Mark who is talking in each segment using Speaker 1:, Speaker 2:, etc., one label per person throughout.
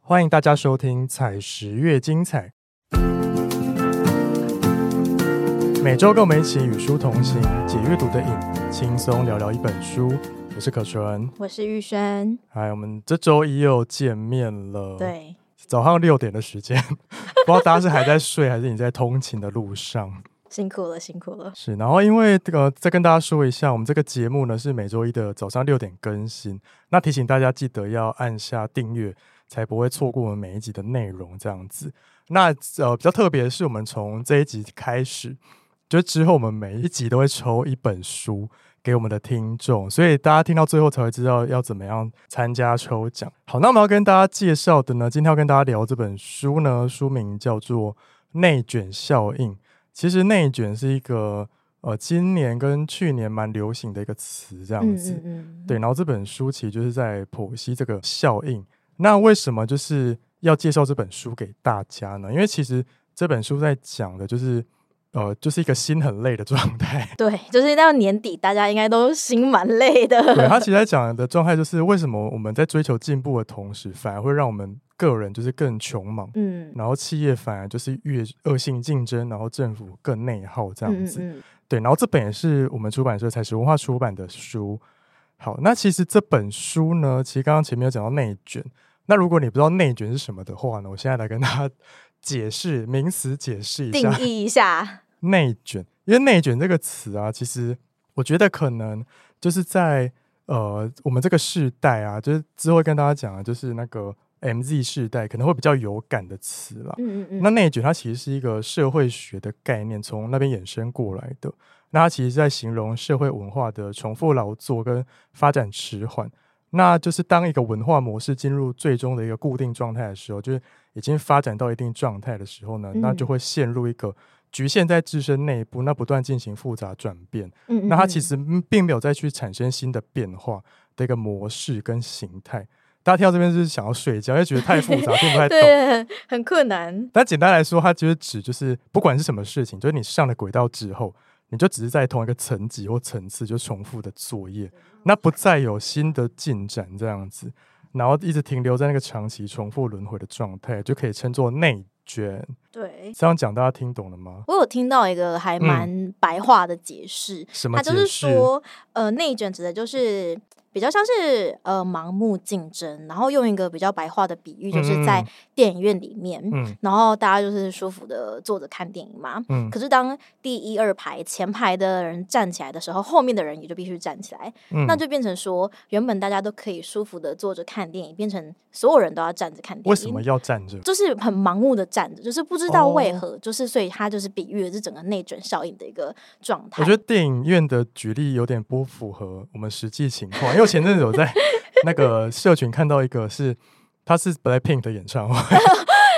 Speaker 1: 欢迎大家收听《采石越精彩》，每周跟我们一起与书同行，解阅读的瘾，轻松聊聊一本书。我是可纯，
Speaker 2: 我是玉轩，
Speaker 1: 哎，我们这周一又见面了。，
Speaker 2: 对，
Speaker 1: 早上六点的时间， 不知道大家是还在睡，还是你在通勤的路上。
Speaker 2: 辛苦了，辛苦了。
Speaker 1: 是，然后因为这个，再跟大家说一下，我们这个节目呢是每周一的早上六点更新。那提醒大家记得要按下订阅，才不会错过我们每一集的内容。这样子，那呃比较特别的是，我们从这一集开始，就之后我们每一集都会抽一本书给我们的听众，所以大家听到最后才会知道要怎么样参加抽奖。好，那我们要跟大家介绍的呢，今天要跟大家聊这本书呢，书名叫做《内卷效应》。其实内卷是一个呃，今年跟去年蛮流行的一个词，这样
Speaker 2: 嗯
Speaker 1: 子。
Speaker 2: 嗯嗯，
Speaker 1: 对，然后这本书其实就是在剖析这个效应。那为什么就是要介绍这本书给大家呢？因为其实这本书在讲的就是，呃，就是一个心很累的状态。
Speaker 2: 对，就是到年底，大家应该都心蛮累的。
Speaker 1: 对他其实在讲的状态就是，为什么我们在追求进步的同时，反而会让我们个人就是更穷忙，
Speaker 2: 嗯，
Speaker 1: 然后企业反而就是越恶性竞争，然后政府更内耗这样
Speaker 2: 嗯
Speaker 1: 子。
Speaker 2: 嗯
Speaker 1: 对，然后这本也是我们出版社采石文化出版的书。好，那其实这本书呢，其实刚刚前面有讲到内卷。那如果你不知道内卷是什么的话呢，我现在来跟大家解释名词解释
Speaker 2: 嗯，
Speaker 1: 一
Speaker 2: 定
Speaker 1: 下
Speaker 2: 义 一下。
Speaker 1: 内卷。因为内卷这个词啊，其实我觉得可能就是在呃我们这个世代啊，就是之后会跟大家讲的，啊就是那个 MZ 世代可能会比较有感的词啦。
Speaker 2: 嗯嗯嗯，
Speaker 1: 那内卷它其实是一个社会学的概念，从那边衍生过来的。那它其实在形容社会文化的重复劳作跟发展迟缓。那就是当一个文化模式进入最终的一个固定状态的时候，就是已经发展到一定状态的时候呢，那就
Speaker 2: 嗯
Speaker 1: 会陷入一个局限在自身内部，那不断进行复杂转变。
Speaker 2: 嗯
Speaker 1: 那它
Speaker 2: 嗯
Speaker 1: 其
Speaker 2: 嗯
Speaker 1: 实嗯并没有再去产生新的变化的一个模式跟形态。大家听到这边就是想要睡觉，因为觉得太复 杂，听不太懂。
Speaker 2: 对很困难。
Speaker 1: 但简单来说，它就是指就是不管是什么事情，就是你上了轨道之后，你就只是在同一个层级或层次就重复的作业，那不再有新的进展这样子，然后一直停留在那个长期重复轮回的状态，就可以称作内卷。
Speaker 2: 对，
Speaker 1: 这样讲大家听懂了吗？
Speaker 2: 我有听到一个还蛮白话的解释，
Speaker 1: 嗯什么
Speaker 2: 它
Speaker 1: 解
Speaker 2: 就是
Speaker 1: 释？
Speaker 2: 说，呃，内卷指的就是比较像是呃盲目竞争，然后用一个比较白话的比喻，就是
Speaker 1: 嗯嗯
Speaker 2: 在电影院里面，
Speaker 1: 嗯
Speaker 2: 然后大家就是舒服的坐着看电影嘛。
Speaker 1: 嗯
Speaker 2: 可是当第一二排前排的人站起来的时候，后面的人也就必须站起来，
Speaker 1: 嗯，
Speaker 2: 那就变成说，原本大家都可以舒服的坐着看电影，变成所有人都要站着看电影。
Speaker 1: 为什么要站着？
Speaker 2: 就是很盲目的站着，就是不知道为
Speaker 1: 哦
Speaker 2: 何，就是所以它就是比喻了这整个内卷效应的一个状态。
Speaker 1: 我觉得电影院的举例有点不符合我们实际情况，因为我前阵子有在 那个社群看到一个是，他是 BLACKPINK 的演唱会，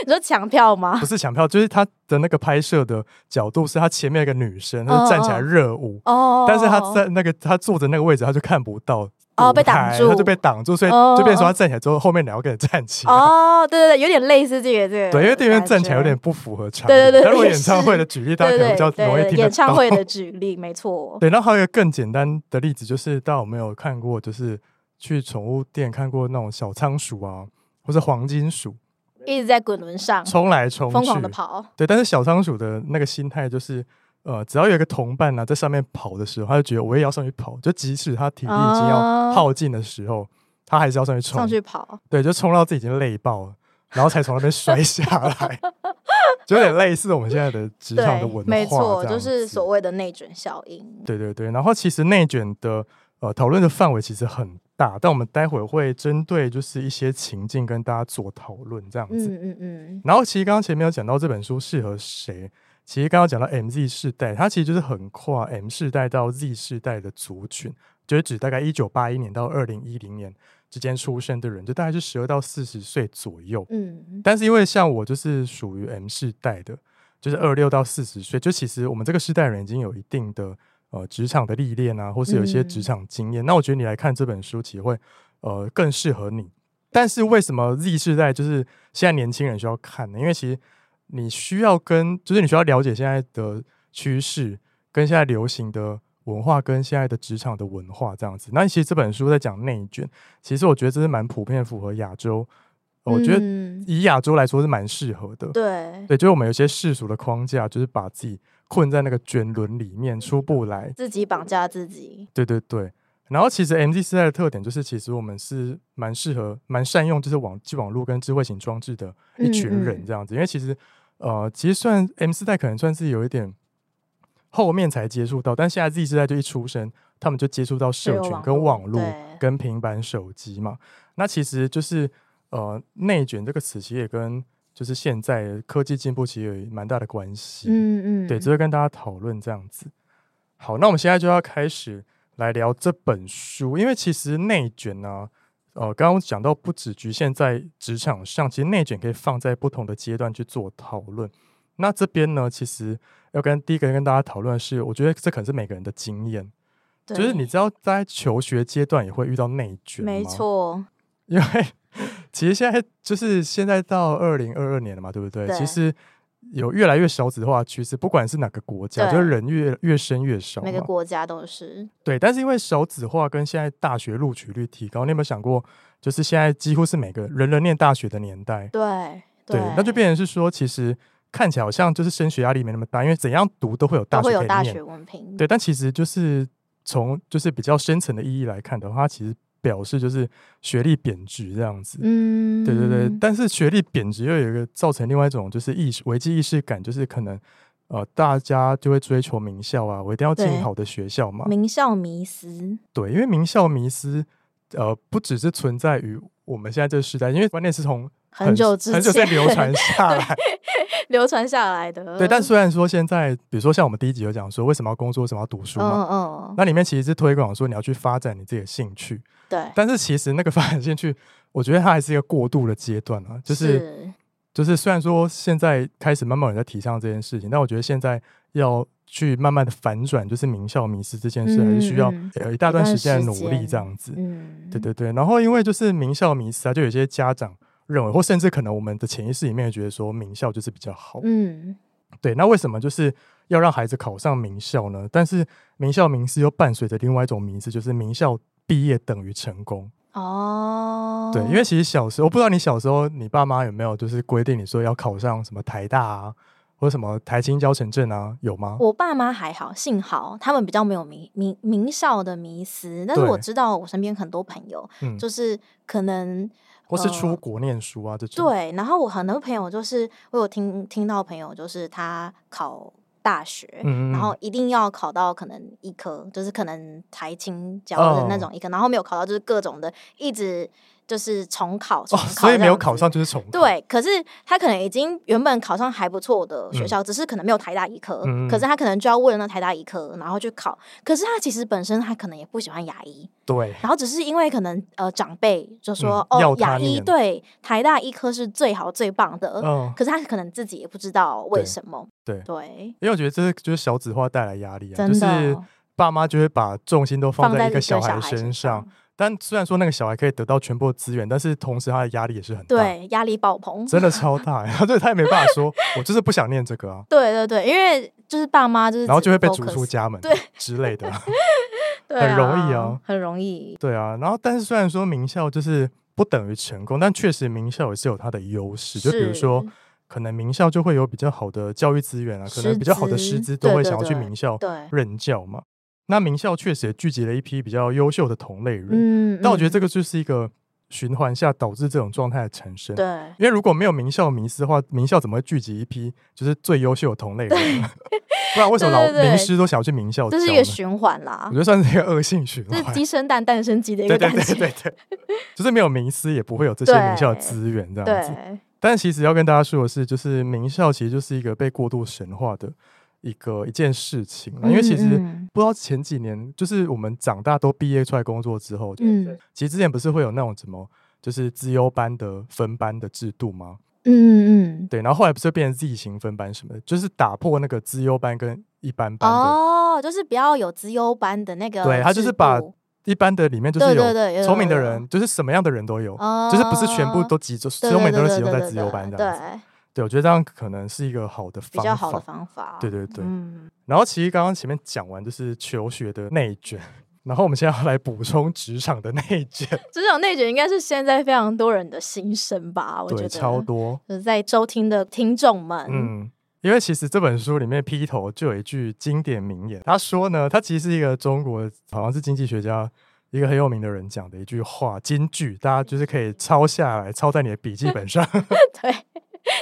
Speaker 2: 你说抢票吗
Speaker 1: 不？是抢票，就是他的那个拍摄的角度是他前面有一个女生，她就站起来
Speaker 2: 嗯嗯
Speaker 1: 热舞，
Speaker 2: 哦，
Speaker 1: 但是他在那个他坐的那个位置，他就看不到
Speaker 2: 哦
Speaker 1: 舞
Speaker 2: 被挡
Speaker 1: 台
Speaker 2: 住
Speaker 1: 他就被挡住，所以
Speaker 2: 哦
Speaker 1: 就变成说
Speaker 2: 哦
Speaker 1: 他站起来之后，后面两个跟着站起来。
Speaker 2: 哦，对对对，有点类似这个这个感觉，
Speaker 1: 对，因为店员站起来有点不符合常理。
Speaker 2: 对对对
Speaker 1: 但如果
Speaker 2: 也
Speaker 1: 演唱会的举例，大家
Speaker 2: 对
Speaker 1: 可能
Speaker 2: 对
Speaker 1: 比较
Speaker 2: 对
Speaker 1: 容易
Speaker 2: 对
Speaker 1: 听得
Speaker 2: 演唱
Speaker 1: 到
Speaker 2: 会的举例，没错。
Speaker 1: 对，然后还有一个更简单的例子，就是大家有没有看过，就是去宠物店看过那种小仓鼠啊，或是黄金鼠
Speaker 2: 一直在滚轮上
Speaker 1: 冲来冲
Speaker 2: 疯
Speaker 1: 去
Speaker 2: 狂的，跑，
Speaker 1: 对，但是小仓鼠的那个心态就是。呃，只要有一个同伴呢、在上面跑的时候，他就觉得我也要上去跑，就即使他体力已经要
Speaker 2: 哦
Speaker 1: 耗尽的时候，他还是要上去冲，
Speaker 2: 上去跑，
Speaker 1: 对，就冲到自己已经累爆了，然后才从那边摔下来，就有点类似我们现在的职场
Speaker 2: 对
Speaker 1: 的文化，，
Speaker 2: 没错，
Speaker 1: 这
Speaker 2: 就
Speaker 1: 样子
Speaker 2: 是所谓的内卷效应。
Speaker 1: 对对对，然后其实内卷的呃讨论的范围其实很大，但我们待会会针对就是一些情境跟大家做讨论这样子。
Speaker 2: 嗯嗯嗯，
Speaker 1: 然后其实刚刚前面有讲到这本书适合谁，其实刚刚讲到 MZ 世代，它其实就是横跨 M 世代到 Z 世代的族群，就是指大概一九八一年到二零一零年之间出生的人，就大概是十二到四十岁左右。
Speaker 2: 嗯，
Speaker 1: 但是因为像我就是属于 M 世代的，就是二六到四十岁，就其实我们这个世代人已经有一定的呃职场的历练啊，或是有一些职
Speaker 2: 嗯
Speaker 1: 场经验。那我觉得你来看这本书，其实会呃更适合你。但是为什么 Z 世代就是现在年轻人需要看呢？因为其实你需要跟，就是你需要了解现在的趋势，跟现在流行的文化，跟现在的职场的文化这样子。那其实这本书在讲内卷，其实我觉得这是蛮普遍符合亚洲，呃我觉得
Speaker 2: 嗯
Speaker 1: 以亚洲来说是蛮适合的。
Speaker 2: 对，
Speaker 1: 对，就是我们有些世俗的框架，就是把自己困在那个卷轮里面出不来。
Speaker 2: 自己绑架自己，
Speaker 1: 对对对。然后其实 MZ 时代的特点就是，其实我们是蛮适合、蛮善用就是网际网络跟智慧型装置的一群
Speaker 2: 嗯
Speaker 1: 人
Speaker 2: 嗯
Speaker 1: 这样子。因为其实呃，其实算 M 世代可能算是有一点后面才接触到，但现在 Z 世代就一出生，他们就接触到社
Speaker 2: 有
Speaker 1: 群
Speaker 2: 网
Speaker 1: 跟
Speaker 2: 络
Speaker 1: 网络
Speaker 2: 对
Speaker 1: 跟平板手机嘛。那其实就是呃，内卷这个词其实也跟就是现在科技进步其实有蛮大的关系。
Speaker 2: 嗯嗯，
Speaker 1: 对，只会跟大家讨论这样子。好，那我们现在就要开始来聊这本书，因为其实内卷呢、呃，刚刚讲到不只局限在职场上，其实内卷可以放在不同的阶段去做讨论。那这边呢，其实要跟第一个跟大家讨论的是，我觉得这可能是每个人的经验，
Speaker 2: 对
Speaker 1: 就是你知道在求学阶段也会遇到内卷，
Speaker 2: 没，错，
Speaker 1: 因为其实现在就是现在到二零二二年了嘛，对不对？
Speaker 2: 对
Speaker 1: 其实有越来越少子化的趋势，不管是哪个国家，
Speaker 2: 对
Speaker 1: 就是人越越生越少
Speaker 2: 每个
Speaker 1: 嘛。
Speaker 2: 国家都是，
Speaker 1: 对，但是因为少子化跟现在大学录取率提高，你有没有想过，就是现在几乎是每个人人念大学的年代？
Speaker 2: 对
Speaker 1: 对，那就变成是说，其实看起来好像就是升学压力没那么大，因为怎样读都会有大学
Speaker 2: 都会有
Speaker 1: 可以
Speaker 2: 大
Speaker 1: 念
Speaker 2: 学。文凭，
Speaker 1: 对，但其实就是从就是比较深层的意义来看的话，它其实表示就是学历贬值这样子。
Speaker 2: 嗯，
Speaker 1: 对对对，但是学历贬值又有一个造成另外一种就是意识危机意识感，就是可能呃大家就会追求名校啊，我一定要
Speaker 2: 对
Speaker 1: 进好的学校嘛。
Speaker 2: 名校迷思，
Speaker 1: 对，因为名校迷思呃不只是存在于我们现在这个时代，因为观念是从
Speaker 2: 很久之
Speaker 1: 很久在
Speaker 2: 前
Speaker 1: 流 传下
Speaker 2: 对
Speaker 1: 来。
Speaker 2: 流传下来的，嗯
Speaker 1: 对，但虽然说现在比如说像我们第一集有讲说为什么要工作，为什么要读书
Speaker 2: 嗯
Speaker 1: 嘛，
Speaker 2: 嗯嗯，
Speaker 1: 那里面其实是推广说你要去发展你自己的兴趣，
Speaker 2: 对，
Speaker 1: 但是其实那个发展兴趣，我觉得它还是一个过渡的阶段啊，就是。就是虽然说现在开始慢慢有人在提倡这件事情，但我觉得现在要去慢慢的反转，就是名校迷失这件事，还是需要
Speaker 2: 嗯嗯
Speaker 1: 呃一大段时间的努
Speaker 2: 一段时
Speaker 1: 力
Speaker 2: 间
Speaker 1: 这样子。
Speaker 2: 嗯，
Speaker 1: 对对对，然后因为就是名校迷失啊，就有些家长认为，或甚至可能我们的潜意识里面也觉得说名校就是比较好。
Speaker 2: 嗯，
Speaker 1: 对，那为什么就是要让孩子考上名校呢？但是名校名师又伴随着另外一种迷思，就是名校毕业等于成功。
Speaker 2: 哦，
Speaker 1: 对，因为其实小时候，我不知道你小时候你爸妈有没有就是规定你说要考上什么台大啊，或者什么台青交城镇啊，有吗？
Speaker 2: 我爸妈还好，幸好他们比较没有名名名校的迷思，但是
Speaker 1: 对
Speaker 2: 我知道我身边很多朋友，
Speaker 1: 嗯，
Speaker 2: 就是可能
Speaker 1: 或是
Speaker 2: 呃
Speaker 1: 出国念书啊这种。
Speaker 2: 对，然后我很多朋友就是我有听听到朋友就是他考大学，
Speaker 1: 嗯，嗯
Speaker 2: 然
Speaker 1: 嗯
Speaker 2: 后一定要考到可能医科，就是可能台青教的那
Speaker 1: 哦
Speaker 2: 种医科，然后没有考到就是各种的，一直就是重考重
Speaker 1: 哦，
Speaker 2: 考、
Speaker 1: 所以没有考上。就是重考。
Speaker 2: 对，可是他可能已经原本考上还不错的学校，只是可能没有台大医科，
Speaker 1: 嗯嗯嗯
Speaker 2: 可是他可能就要为了那台大医科，然后去考。可是他其实本身他可能也不喜欢牙医，
Speaker 1: 对
Speaker 2: 然后只是因为可能呃长辈就说、
Speaker 1: 嗯要
Speaker 2: 哦牙
Speaker 1: 他
Speaker 2: 医
Speaker 1: 念
Speaker 2: 对台大医科是最好最棒的，
Speaker 1: 嗯，
Speaker 2: 可是他可能自己也不知道为
Speaker 1: 对
Speaker 2: 什么。
Speaker 1: 对
Speaker 2: 对，
Speaker 1: 因为我觉得这是就是小子化带来压力啊，
Speaker 2: 真
Speaker 1: 就
Speaker 2: 的哦
Speaker 1: 是爸妈就会把重心都放
Speaker 2: 在
Speaker 1: 在一个小孩
Speaker 2: 孩
Speaker 1: 身
Speaker 2: 上
Speaker 1: 上，，但虽然说那个小孩可以得到全部的资源，但是同时他的压力也是很大，
Speaker 2: 对，压力爆棚。
Speaker 1: 真的超大、欸。然 后对他也没办法说，我就是不想念这个 啊，
Speaker 2: 对对对，因为就是爸妈就是
Speaker 1: 然后
Speaker 2: 只
Speaker 1: 就会被逐
Speaker 2: focus，
Speaker 1: 出家门
Speaker 2: 对
Speaker 1: 之类的。
Speaker 2: 对
Speaker 1: 很容易
Speaker 2: 啊
Speaker 1: 哦，
Speaker 2: 很容易。
Speaker 1: 对啊，然后但是虽然说名校就是不等于成功，但确实名校也是有它的优势，就比如说
Speaker 2: 是
Speaker 1: 可能名校就会有比较好的教育资源啊，可
Speaker 2: 师
Speaker 1: 能比较好的
Speaker 2: 资
Speaker 1: 师资都
Speaker 2: 对
Speaker 1: 会
Speaker 2: 对
Speaker 1: 想要去
Speaker 2: 对
Speaker 1: 名校
Speaker 2: 对，
Speaker 1: 任教嘛。那名校确实也聚集了一批比较优秀的同类人，
Speaker 2: 嗯，
Speaker 1: 但我觉得
Speaker 2: 嗯
Speaker 1: 这个就是一个循环下导致这种状态的产生。
Speaker 2: 嗯对。
Speaker 1: 因为如果没有名校迷失的话，名校怎么会聚集一批就是最优秀的同类人呢？ 不然为什么
Speaker 2: 对对
Speaker 1: 老
Speaker 2: 对
Speaker 1: 名师都想要去名校教
Speaker 2: 这是一
Speaker 1: 呢
Speaker 2: 个？循环啦
Speaker 1: 我觉，得算是一个恶性循
Speaker 2: 这是
Speaker 1: 环。
Speaker 2: 鸡生蛋，蛋生鸡的一
Speaker 1: 对
Speaker 2: 个
Speaker 1: 对
Speaker 2: 感
Speaker 1: 对
Speaker 2: 觉。
Speaker 1: 对对， 就是没有名师也不会有这些名校的资源这样子。
Speaker 2: 对
Speaker 1: 但其实要跟大家说的是，就是名校其实就是一个被过度神化的一个一件事情啦，因为其实
Speaker 2: 嗯
Speaker 1: 不知道前几年，就是我们长大都毕业出来工作之后，
Speaker 2: 嗯
Speaker 1: 其实之前不是会有那种什么就是资优班的分班的制度吗？
Speaker 2: 嗯嗯
Speaker 1: 对，然后后来不是变成 Z 型分班什么的，就是打破那个资优班跟一般
Speaker 2: 嗯，
Speaker 1: 班的，
Speaker 2: 哦，就是不要有资优班的那个制度，
Speaker 1: 对他就是把一般的里面就是
Speaker 2: 对对对有
Speaker 1: 有聪明的
Speaker 2: 有有
Speaker 1: 人，就是什么样的人都有。
Speaker 2: 哦，
Speaker 1: 就是不是全部都集中，所有每
Speaker 2: 对
Speaker 1: 个
Speaker 2: 对
Speaker 1: 人都集中
Speaker 2: 对
Speaker 1: 在
Speaker 2: 对
Speaker 1: 自由
Speaker 2: 对
Speaker 1: 班这样子。
Speaker 2: 对，
Speaker 1: 对，我觉得这样可能是一个好的
Speaker 2: 比
Speaker 1: 方
Speaker 2: 较好的
Speaker 1: 法。
Speaker 2: 方法。
Speaker 1: 对对对
Speaker 2: 嗯，
Speaker 1: 然后其实刚刚前面讲完就是求学的内卷，然后我们现在要来补充职场的内卷，
Speaker 2: 职场内卷应该是现在非常多人的心声吧？ 我觉
Speaker 1: 对，
Speaker 2: 得
Speaker 1: 超多。
Speaker 2: 就是在收听的听众们，
Speaker 1: 嗯，因为其实这本书里面劈头就有一句经典名言，他说呢，他其实是一个中国好像是经济学家一个很有名的人讲的一句话金句，大家就是可以抄下来，抄在你的笔记本上。
Speaker 2: 对，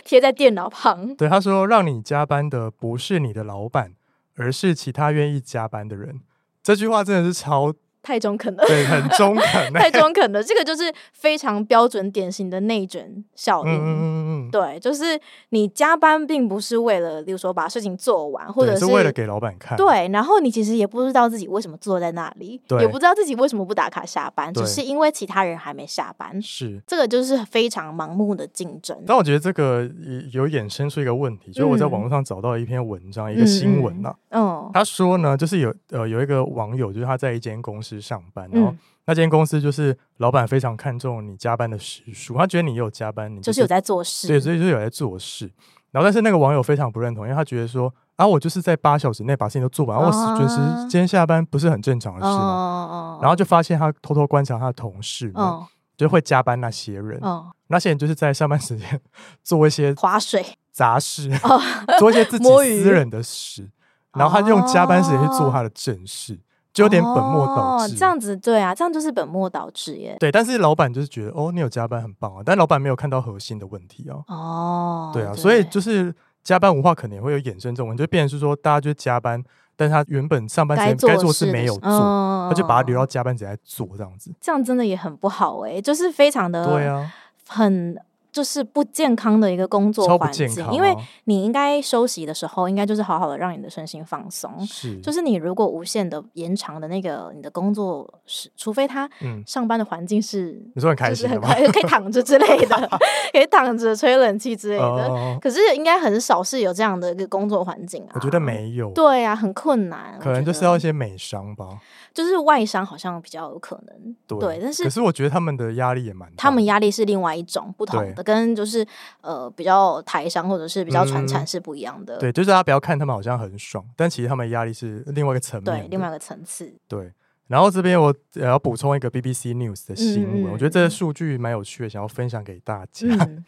Speaker 2: 贴在电脑旁，
Speaker 1: 对，他说让你加班的不是你的老板，而是其他愿意加班的人。这句话真的是超
Speaker 2: 太中肯了，
Speaker 1: 对，很中肯、欸。
Speaker 2: 太中肯了，这个就是非常标准典型的内卷效
Speaker 1: 嗯嗯
Speaker 2: 应。
Speaker 1: 嗯嗯嗯，
Speaker 2: 对，就是你加班并不是为了，例如说把事情做完，或者
Speaker 1: 对，是为了给老板看。
Speaker 2: 对，然后你其实也不知道自己为什么坐在那里，
Speaker 1: 对
Speaker 2: 也不知道自己为什么不打卡下班，只
Speaker 1: 对
Speaker 2: 是因为其他人还没下班。
Speaker 1: 是。
Speaker 2: 这个就是非常盲目的竞争。
Speaker 1: 但我觉得这个也有衍生出一个问题，就是我在网络上找到一篇文章，一个新闻呐、
Speaker 2: 嗯，
Speaker 1: 他说呢，就是有呃有一个网友，就是他在一间公司上班，然后
Speaker 2: 嗯
Speaker 1: 那间公司就是老板非常看重你加班的时数，他觉得你有加班，你
Speaker 2: 就是有在做事。
Speaker 1: 对，所以就有在做事。然后但是那个网友非常不认同，因为他觉得说啊，我就是在八小时内把事情都做完，我死准时
Speaker 2: 啊
Speaker 1: 今天下班不是很正常的
Speaker 2: 嗯
Speaker 1: 事吗？
Speaker 2: 嗯嗯，
Speaker 1: 然后就发现他偷偷观察他的同事们，
Speaker 2: 嗯
Speaker 1: 就会加班那些人，
Speaker 2: 嗯，
Speaker 1: 那些人就是在上班时间 做一些
Speaker 2: 划水
Speaker 1: 杂事，
Speaker 2: 哦，
Speaker 1: 做一些自己
Speaker 2: 摸鱼
Speaker 1: 私人的事，然后他就用加班时间去做他的正事，就有点本末倒置。
Speaker 2: 哦这样子对啊，这样就是本末倒置耶。
Speaker 1: 对，但是老板就是觉得哦，你有加班很棒啊，但老板没有看到核心的问题啊。
Speaker 2: 哦，
Speaker 1: 对啊，所以就是加班文化可能也会有衍生这种问题，就变成是说大家就加班，但是他原本上班时
Speaker 2: 该
Speaker 1: 间
Speaker 2: 做
Speaker 1: 该
Speaker 2: 的
Speaker 1: 做事
Speaker 2: 的
Speaker 1: 没有
Speaker 2: 事
Speaker 1: 做，
Speaker 2: 嗯
Speaker 1: 他就把它
Speaker 2: 嗯
Speaker 1: 留
Speaker 2: 嗯
Speaker 1: 到加班时间再做这样子。
Speaker 2: 这样真的也很不好哎、就是非常的
Speaker 1: 对啊，
Speaker 2: 很就是不健康的一个工
Speaker 1: 超
Speaker 2: 作
Speaker 1: 不
Speaker 2: 环
Speaker 1: 健
Speaker 2: 境，
Speaker 1: 康啊、
Speaker 2: 因为你应该休息的时候，应该就是好好的让你的身心放松。
Speaker 1: 是
Speaker 2: 哦就是你如果无限的延长的那个你的工作时，除非他
Speaker 1: 嗯，
Speaker 2: 上班的环境是
Speaker 1: 你说很
Speaker 2: 就
Speaker 1: 开
Speaker 2: 是
Speaker 1: 心
Speaker 2: 很
Speaker 1: 的吗？
Speaker 2: 快可以躺着之类的，可以躺着吹冷气之类的，
Speaker 1: 哦，
Speaker 2: 可是应该很少是有这样的一个工作环境啊。
Speaker 1: 我觉得。没有，
Speaker 2: 对啊，很困难。
Speaker 1: 可
Speaker 2: 我
Speaker 1: 能
Speaker 2: 觉
Speaker 1: 就是
Speaker 2: 得嗯
Speaker 1: 要一些美商吧。
Speaker 2: 就是外商好像比较有可能，
Speaker 1: 对，
Speaker 2: 对但是
Speaker 1: 可是我觉得他们的压力也蛮大的，
Speaker 2: 他们压力是另外一种不
Speaker 1: 对
Speaker 2: 同的，跟就是呃比较台商或者是比较传产是不一样的，
Speaker 1: 嗯对，就是大家不要看他们好像很爽，但其实他们压力是另外一个层面
Speaker 2: 对
Speaker 1: 的，
Speaker 2: 另外一个层次。
Speaker 1: 对。然后这边我也要补充一个 BBC News 的新闻，
Speaker 2: 嗯嗯
Speaker 1: 我觉得这个数据蛮有趣的，想要分享给大家。
Speaker 2: 嗯，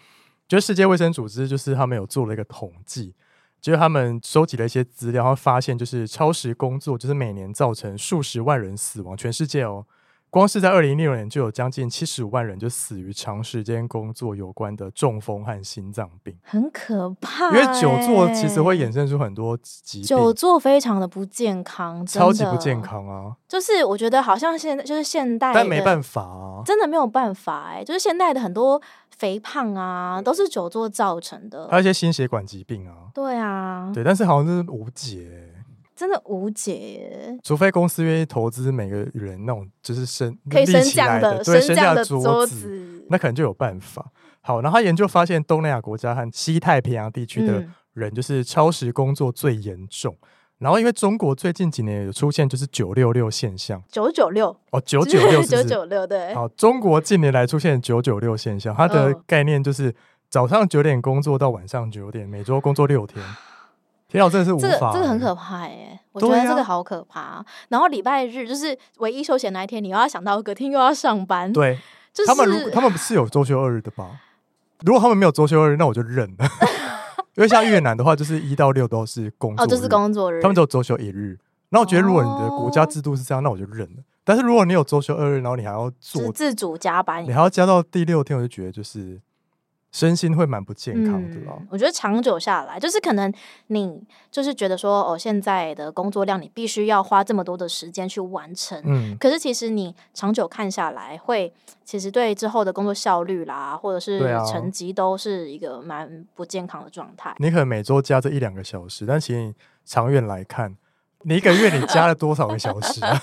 Speaker 1: 就世界卫生组织就是他们有做了一个统计，就是他们收集了一些资料，然后发现就是超时工作就是每年造成数十万人死亡，全世界哦，光是在二零一六年就有将近七十五万人就死于长时间工作有关的中风和心脏病，
Speaker 2: 很可怕、欸
Speaker 1: 因为久坐其实会衍。生出很多疾病，
Speaker 2: 哎久坐非常的不健康，真
Speaker 1: 超级不
Speaker 2: 的
Speaker 1: 健。康啊，
Speaker 2: 就是我觉得好像现在就是现代的，
Speaker 1: 但没办法啊。
Speaker 2: 真的没有办法哎、就是现代的很多肥胖啊，都是久坐造成的。
Speaker 1: 还有一些心血管疾病啊，
Speaker 2: 对啊，
Speaker 1: 对，但是好像是无解欸、
Speaker 2: 真的无解欸耶。
Speaker 1: 除非公司愿意投资每个人那种就是升
Speaker 2: 可以
Speaker 1: 立
Speaker 2: 升
Speaker 1: 起来
Speaker 2: 降
Speaker 1: 的对
Speaker 2: 升
Speaker 1: 升
Speaker 2: 降
Speaker 1: 降
Speaker 2: 的
Speaker 1: 桌子，
Speaker 2: 子，
Speaker 1: 那可能就有办法。好，然后他研究发现，东南亚国家和西太平洋地区的
Speaker 2: 嗯
Speaker 1: 人就是超时工作最严重。然后因为中国最近几年有出现就是九六六现象
Speaker 2: 九九六，
Speaker 1: 哦，九九六是
Speaker 2: 九
Speaker 1: 不是？
Speaker 2: 九六，对，
Speaker 1: 好，中国近年来出现九九六现象，它的
Speaker 2: 嗯
Speaker 1: 概念就是早上九点工作到晚上九点，每周工作六天。天啊，我真的是无
Speaker 2: 这个
Speaker 1: 法欸、
Speaker 2: 这个很可怕哎、我觉
Speaker 1: 对
Speaker 2: 得这
Speaker 1: 啊
Speaker 2: 个好可怕、然后礼拜日就是唯一休闲那一天，你又要想到隔天又要上班，，
Speaker 1: 对，
Speaker 2: 就是
Speaker 1: 他们如果他们不是有周休二日的吧？如果他们没有周休二日，那我就认了。 因为像越南的话，就是一到六都是工作
Speaker 2: 哦，
Speaker 1: 日，
Speaker 2: 就是工作日，
Speaker 1: 他们只有周休一日。那我觉得，如果你的国家制度是这样，那我就认了。但是如果你有周休二日，然后你还要
Speaker 2: 就是
Speaker 1: 做，
Speaker 2: 自主加班
Speaker 1: 你。还要加到第六天，我就觉得就是身心会蛮不健康的啦。
Speaker 2: 嗯，我觉得长久下来，就是可能你就是觉得说，哦，现在的工作量你必须要花这么多的时间去完成，
Speaker 1: 嗯，
Speaker 2: 可是其实你长久看下来会，其实对之后的工作效率啦，或者是
Speaker 1: 对啊
Speaker 2: 成绩都是一个蛮不健康的状态。
Speaker 1: 你可能每周加这一两个小时，但其实你长远来看，你一个月你加了多少个小时、 啊？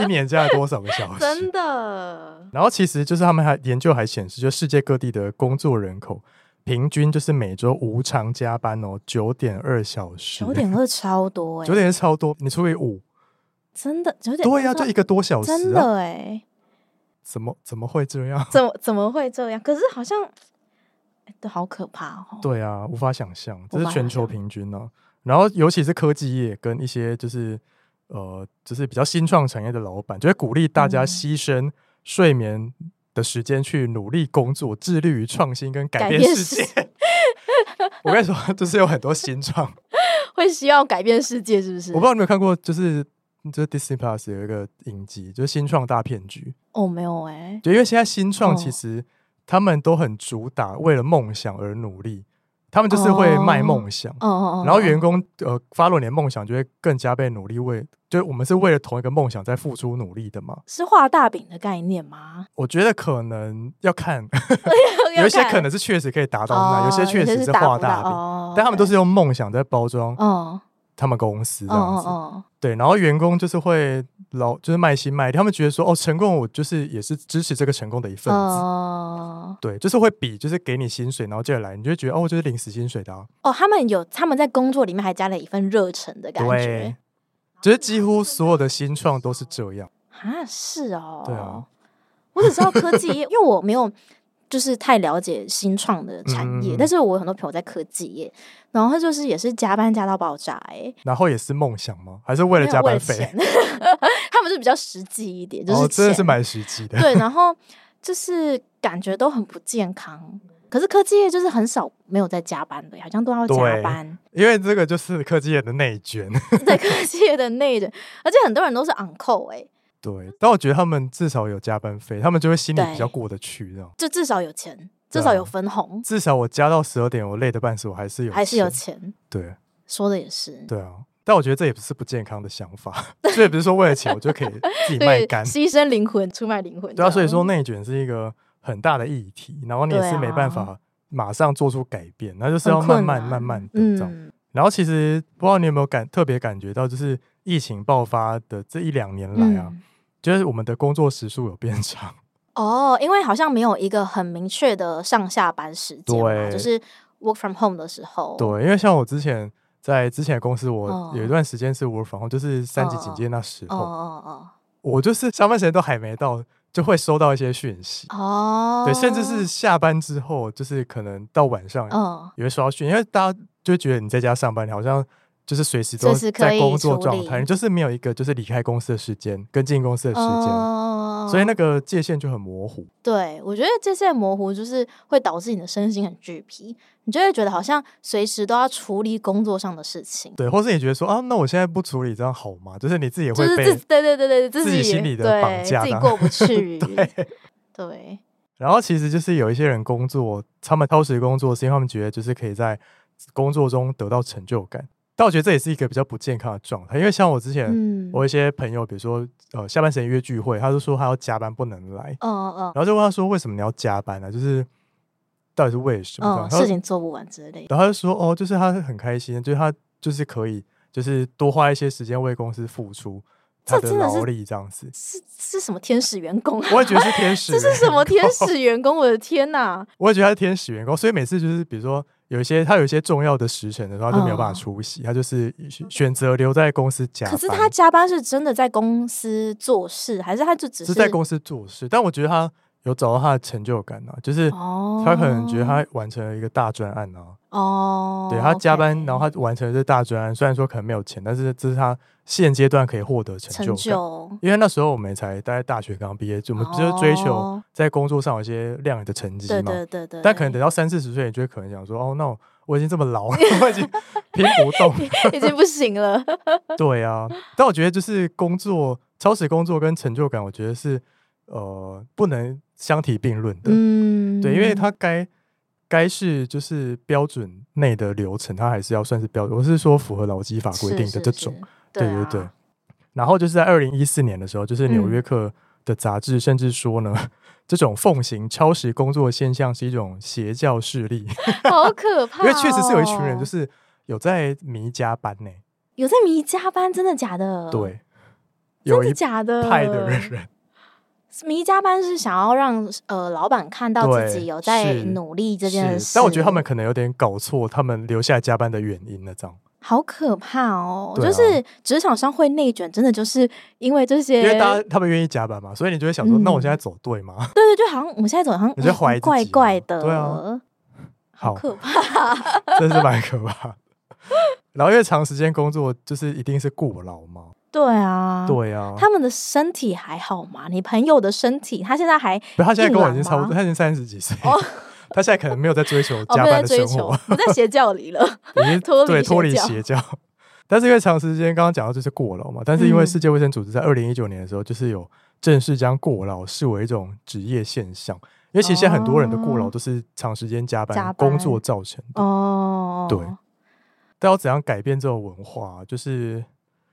Speaker 1: 一年加了多少个小时？
Speaker 2: 真的，
Speaker 1: 然后其实就是他们还研究还显示，就世界各地的工作人口平均就是每周无偿加班哦，九点二小时，
Speaker 2: 九点二超多哎、
Speaker 1: 九点是超多，你除以五，
Speaker 2: 真的九点
Speaker 1: 对呀、
Speaker 2: 二
Speaker 1: 就
Speaker 2: 超
Speaker 1: 一个多小时、啊，
Speaker 2: 真的哎、
Speaker 1: 怎么怎么会这样？
Speaker 2: 怎么怎么会这样？可是好像哎都好可怕哦。
Speaker 1: 对啊，无法想象，这
Speaker 2: 无
Speaker 1: 是
Speaker 2: 法
Speaker 1: 全
Speaker 2: 想
Speaker 1: 球哦
Speaker 2: 象
Speaker 1: 平均呢、然后尤其是科技业跟一些就是。呃，就是比较新创产业的老板，就会鼓励大家
Speaker 2: 嗯
Speaker 1: 牺牲睡眠的时间去努力工作，致力于创新跟改
Speaker 2: 改
Speaker 1: 变
Speaker 2: 变
Speaker 1: 世
Speaker 2: 世
Speaker 1: 界。我跟你说，就是有很多新 创，
Speaker 2: 会需要改变世界，是不是？
Speaker 1: 我不知道你有没有看过，就是就是 Disney Plus 有一个影集，就是新创大骗局。
Speaker 2: 哦，没有哎、
Speaker 1: 就因为现在新创其
Speaker 2: 哦
Speaker 1: 实、他们都很主打为了梦想而努力，他们就是会卖
Speaker 2: 哦
Speaker 1: 梦想。
Speaker 2: 哦哦哦，
Speaker 1: 然后
Speaker 2: 哦
Speaker 1: 员工呃发落你的梦想，就会更加倍努力为，就是我们是为了同一个梦想在付出努力的嘛。
Speaker 2: 是画大饼的概念吗？
Speaker 1: 我觉得可能要看，有
Speaker 2: 要
Speaker 1: 一些
Speaker 2: 看
Speaker 1: 可能是确实可以达到那，有些
Speaker 2: 哦
Speaker 1: 确实
Speaker 2: 是达
Speaker 1: 画
Speaker 2: 不到
Speaker 1: 大饼，
Speaker 2: 哦、
Speaker 1: 但他们都
Speaker 2: OK
Speaker 1: 是用梦想在包装
Speaker 2: 哦
Speaker 1: 他们公司
Speaker 2: 哦
Speaker 1: 这样
Speaker 2: 哦
Speaker 1: 子。
Speaker 2: 哦，
Speaker 1: 对，然后员工就是会老就是卖心卖力，他们觉得说哦，成功我就是也是支持这个成功的一份
Speaker 2: 嗯
Speaker 1: 子。
Speaker 2: 哦
Speaker 1: 对，就是会比，就是给你薪水，然后接着来，你就会觉得哦，我就是领死薪水的、啊。
Speaker 2: 哦，他们有他们在工作里面还加了一份热忱的感
Speaker 1: 对
Speaker 2: 觉，
Speaker 1: 就是几乎所有的新创都是这样。
Speaker 2: 啊，是哦，
Speaker 1: 对啊，
Speaker 2: 我只知道科技业，因为我没有就是太了解新创的产
Speaker 1: 嗯
Speaker 2: 业，
Speaker 1: 嗯嗯
Speaker 2: 但是我有很多朋友在科技业，然后他就是也是加班加到爆炸、欸，
Speaker 1: 然后也是梦想吗？还是为
Speaker 2: 哎，
Speaker 1: 了加
Speaker 2: 为
Speaker 1: 班
Speaker 2: 了
Speaker 1: 费？
Speaker 2: 钱， 他们是比较实际一点，就是
Speaker 1: 哦，真的是
Speaker 2: 钱
Speaker 1: 蛮实际的。
Speaker 2: 对，然后就是感觉都很不健康。可是科技业就是很少没有在加班的，好像都要
Speaker 1: 对
Speaker 2: 加班。
Speaker 1: 因为这个就是科技业的内卷。
Speaker 2: 在科技业的内人，而且很多人都是 on call 哎、
Speaker 1: 对，但我觉得他们至少有加班费，他们就会心里比较
Speaker 2: 对
Speaker 1: 过得去，这样。
Speaker 2: 就至少有钱，
Speaker 1: 对
Speaker 2: 至
Speaker 1: 啊
Speaker 2: 少有分红，
Speaker 1: 至少我加到十二点，我累得半死，我还是有，
Speaker 2: 还是有。钱。
Speaker 1: 对
Speaker 2: 说的也是，
Speaker 1: 对啊，但我觉得这也不是不健康的想法， 所以不是说为了钱我就可以自己卖 干。
Speaker 2: 牺牲灵魂，出卖灵魂。
Speaker 1: 对啊，所以
Speaker 2: 这样
Speaker 1: 说内卷是一个很大的议题，然后你也
Speaker 2: 对啊
Speaker 1: 是没办法马上做出改变，那就是要
Speaker 2: 很
Speaker 1: 慢
Speaker 2: 困
Speaker 1: 慢
Speaker 2: 难
Speaker 1: 慢慢的这样。
Speaker 2: 嗯，
Speaker 1: 然后其实不知道你有没有感特别感觉到，就是疫情爆发的这一两年来啊，
Speaker 2: 嗯
Speaker 1: 就是我们的工作时数有变长，
Speaker 2: 哦，因为好像没有一个很明确的上下班时间嘛，
Speaker 1: 对
Speaker 2: 就是 work from home 的时候，
Speaker 1: 对，因为像我之前在之前的公司，我
Speaker 2: 哦
Speaker 1: 有一段时间是 work from home，就是三级警戒那时
Speaker 2: 哦
Speaker 1: 候，
Speaker 2: 哦
Speaker 1: 我就是上班时间都还没到，就会收到一些讯息，
Speaker 2: 哦哦，
Speaker 1: 对，甚至是下班之后，就是可能到晚上
Speaker 2: 嗯，
Speaker 1: 也会收到讯，因为大家就觉得你在家上班，你好像就是随时都
Speaker 2: 随时可
Speaker 1: 在
Speaker 2: 以
Speaker 1: 工作
Speaker 2: 处
Speaker 1: 状态，
Speaker 2: 理
Speaker 1: 你就是没有一个就是离开公司的时间跟进公司的时间。
Speaker 2: 哦
Speaker 1: 所以那个界限就很模糊。
Speaker 2: 对我觉得这些模糊就是会导致你的身心很俱疲，你就会觉得好像随时都要处理工作上的事情，
Speaker 1: 对，或是你觉得说啊，那我现在不处理这样好吗？就是你自己也
Speaker 2: 就
Speaker 1: 会
Speaker 2: 是
Speaker 1: 被，
Speaker 2: 自对对对对自
Speaker 1: 自己心里的
Speaker 2: 对
Speaker 1: 绑架
Speaker 2: 自己
Speaker 1: 这样
Speaker 2: 过不去，
Speaker 1: 对
Speaker 2: 对
Speaker 1: 然后其实就是有一些人工作，他们超时工作是因为他们觉得就是可以在工作中得到成就感，但我觉得这也是一个比较不健康的状态。因为像我之前，
Speaker 2: 嗯，
Speaker 1: 我有一些朋友，比如说呃下班时间约聚会，他就说他要加班不能来，
Speaker 2: 嗯嗯
Speaker 1: 然后就问他说为什么你要加班呢、就是到底是为什么
Speaker 2: 嗯，？
Speaker 1: 这样
Speaker 2: 事情做不完之类的，
Speaker 1: 然后他就说哦，就是他很开心，就是他就是可以就是多花一些时间为公司付出他
Speaker 2: 这
Speaker 1: 的
Speaker 2: 真的是
Speaker 1: 劳力这样子。
Speaker 2: 是是什么天使员工啊？
Speaker 1: 我也觉得是天使，
Speaker 2: 这是什么天？使员工？我的天呐！
Speaker 1: 我也觉得他是天使员工，所以每次就是比如说有一些他有一些重要的时辰的时候，他就没有办法
Speaker 2: 嗯
Speaker 1: 出席，他就是选选择留在公司 加班。
Speaker 2: 可是他加班是真的在公司做事，还是他就只
Speaker 1: 是在公司做事，但我觉得他有找到他的成就感啊，就是
Speaker 2: 哦，
Speaker 1: 他可能觉得他完成了一个大专案啊，
Speaker 2: 哦，
Speaker 1: 对他加班，
Speaker 2: OK
Speaker 1: 然后他完成了这大专案，虽然说可能没有钱，但是这是他现阶段可以获得成
Speaker 2: 成
Speaker 1: 就感。
Speaker 2: 就
Speaker 1: 因为那时候我们也才大概大学刚毕业，就我们就是追求
Speaker 2: 哦
Speaker 1: 在工作上有一些亮眼的成绩
Speaker 2: 对
Speaker 1: 嘛。
Speaker 2: 对对对，
Speaker 1: 但可能等到三四十岁，你就会可能想说，哦，那我我已经这么老了，我已 经拼不动。
Speaker 2: 已经不行了。
Speaker 1: 对啊，但我觉得就是工作超时工作跟成就感，我觉得是呃不能相提并论的。
Speaker 2: 嗯，
Speaker 1: 对，因为它该该是就是标准内的流程，它还是要算是标准。我是说符合劳基法规
Speaker 2: 是
Speaker 1: 定的
Speaker 2: 是
Speaker 1: 这
Speaker 2: 是
Speaker 1: 种。
Speaker 2: 对
Speaker 1: 对
Speaker 2: 啊
Speaker 1: 对。然后就是在二零一四年的时候，就是《纽
Speaker 2: 嗯
Speaker 1: 约客》的杂志甚至说呢， 这种奉行超时工作的现象是一种邪教势 力，
Speaker 2: 好可怕哦、
Speaker 1: 因为确实是有一群人就是有在迷加班呢、
Speaker 2: 有在迷加班，真的假的？，
Speaker 1: 对，
Speaker 2: 嗯真
Speaker 1: 有一
Speaker 2: 的假的？
Speaker 1: 派的人，
Speaker 2: 迷加班是想要让呃老板看到自
Speaker 1: 对
Speaker 2: 己有在
Speaker 1: 是
Speaker 2: 努力这件
Speaker 1: 是
Speaker 2: 事，
Speaker 1: 但我觉得他们可能有点搞错他们留下来加班的原因了，这样，
Speaker 2: 好可怕哦！
Speaker 1: 对啊
Speaker 2: 就是职场上会内卷，真的就是因为这些，
Speaker 1: 因为大家他们愿意加班嘛，所以你就会想
Speaker 2: 嗯
Speaker 1: 说，那我现在走对吗？
Speaker 2: 对对，就好像我们现在总好像嗯
Speaker 1: 你在怀疑自己
Speaker 2: 怪
Speaker 1: 吗
Speaker 2: 怪的，
Speaker 1: 对啊，好，
Speaker 2: 可怕。
Speaker 1: 真是蛮可怕的。然后因为长时间工作就是一定是过劳嘛，
Speaker 2: 对啊，
Speaker 1: 对啊，
Speaker 2: 他们的身体还好吗？你朋友的身体，他现在还
Speaker 1: 不他现在跟我已经
Speaker 2: 硬朗吗
Speaker 1: 差不多，他已经三十几岁，
Speaker 2: 哦
Speaker 1: 他现在可能没有在追求
Speaker 2: 哦，
Speaker 1: 加
Speaker 2: 没有在
Speaker 1: 班的
Speaker 2: 追
Speaker 1: 生
Speaker 2: 求
Speaker 1: 活，，
Speaker 2: 不在邪教里了。
Speaker 1: 已经
Speaker 2: 脱离
Speaker 1: 对
Speaker 2: 邪
Speaker 1: 脱离
Speaker 2: 教
Speaker 1: 邪教。 但是因为长时间刚刚讲到就是过劳嘛，但是因为
Speaker 2: 嗯
Speaker 1: 世界卫生组织在二零一九年的时候，就是有正式将过劳视为一种职业现象，因为其实现在很多人的过劳
Speaker 2: 哦
Speaker 1: 都是长时间加班
Speaker 2: 加班
Speaker 1: 工作造成的。
Speaker 2: 哦，
Speaker 1: 对但要怎样改变这种文化啊，就是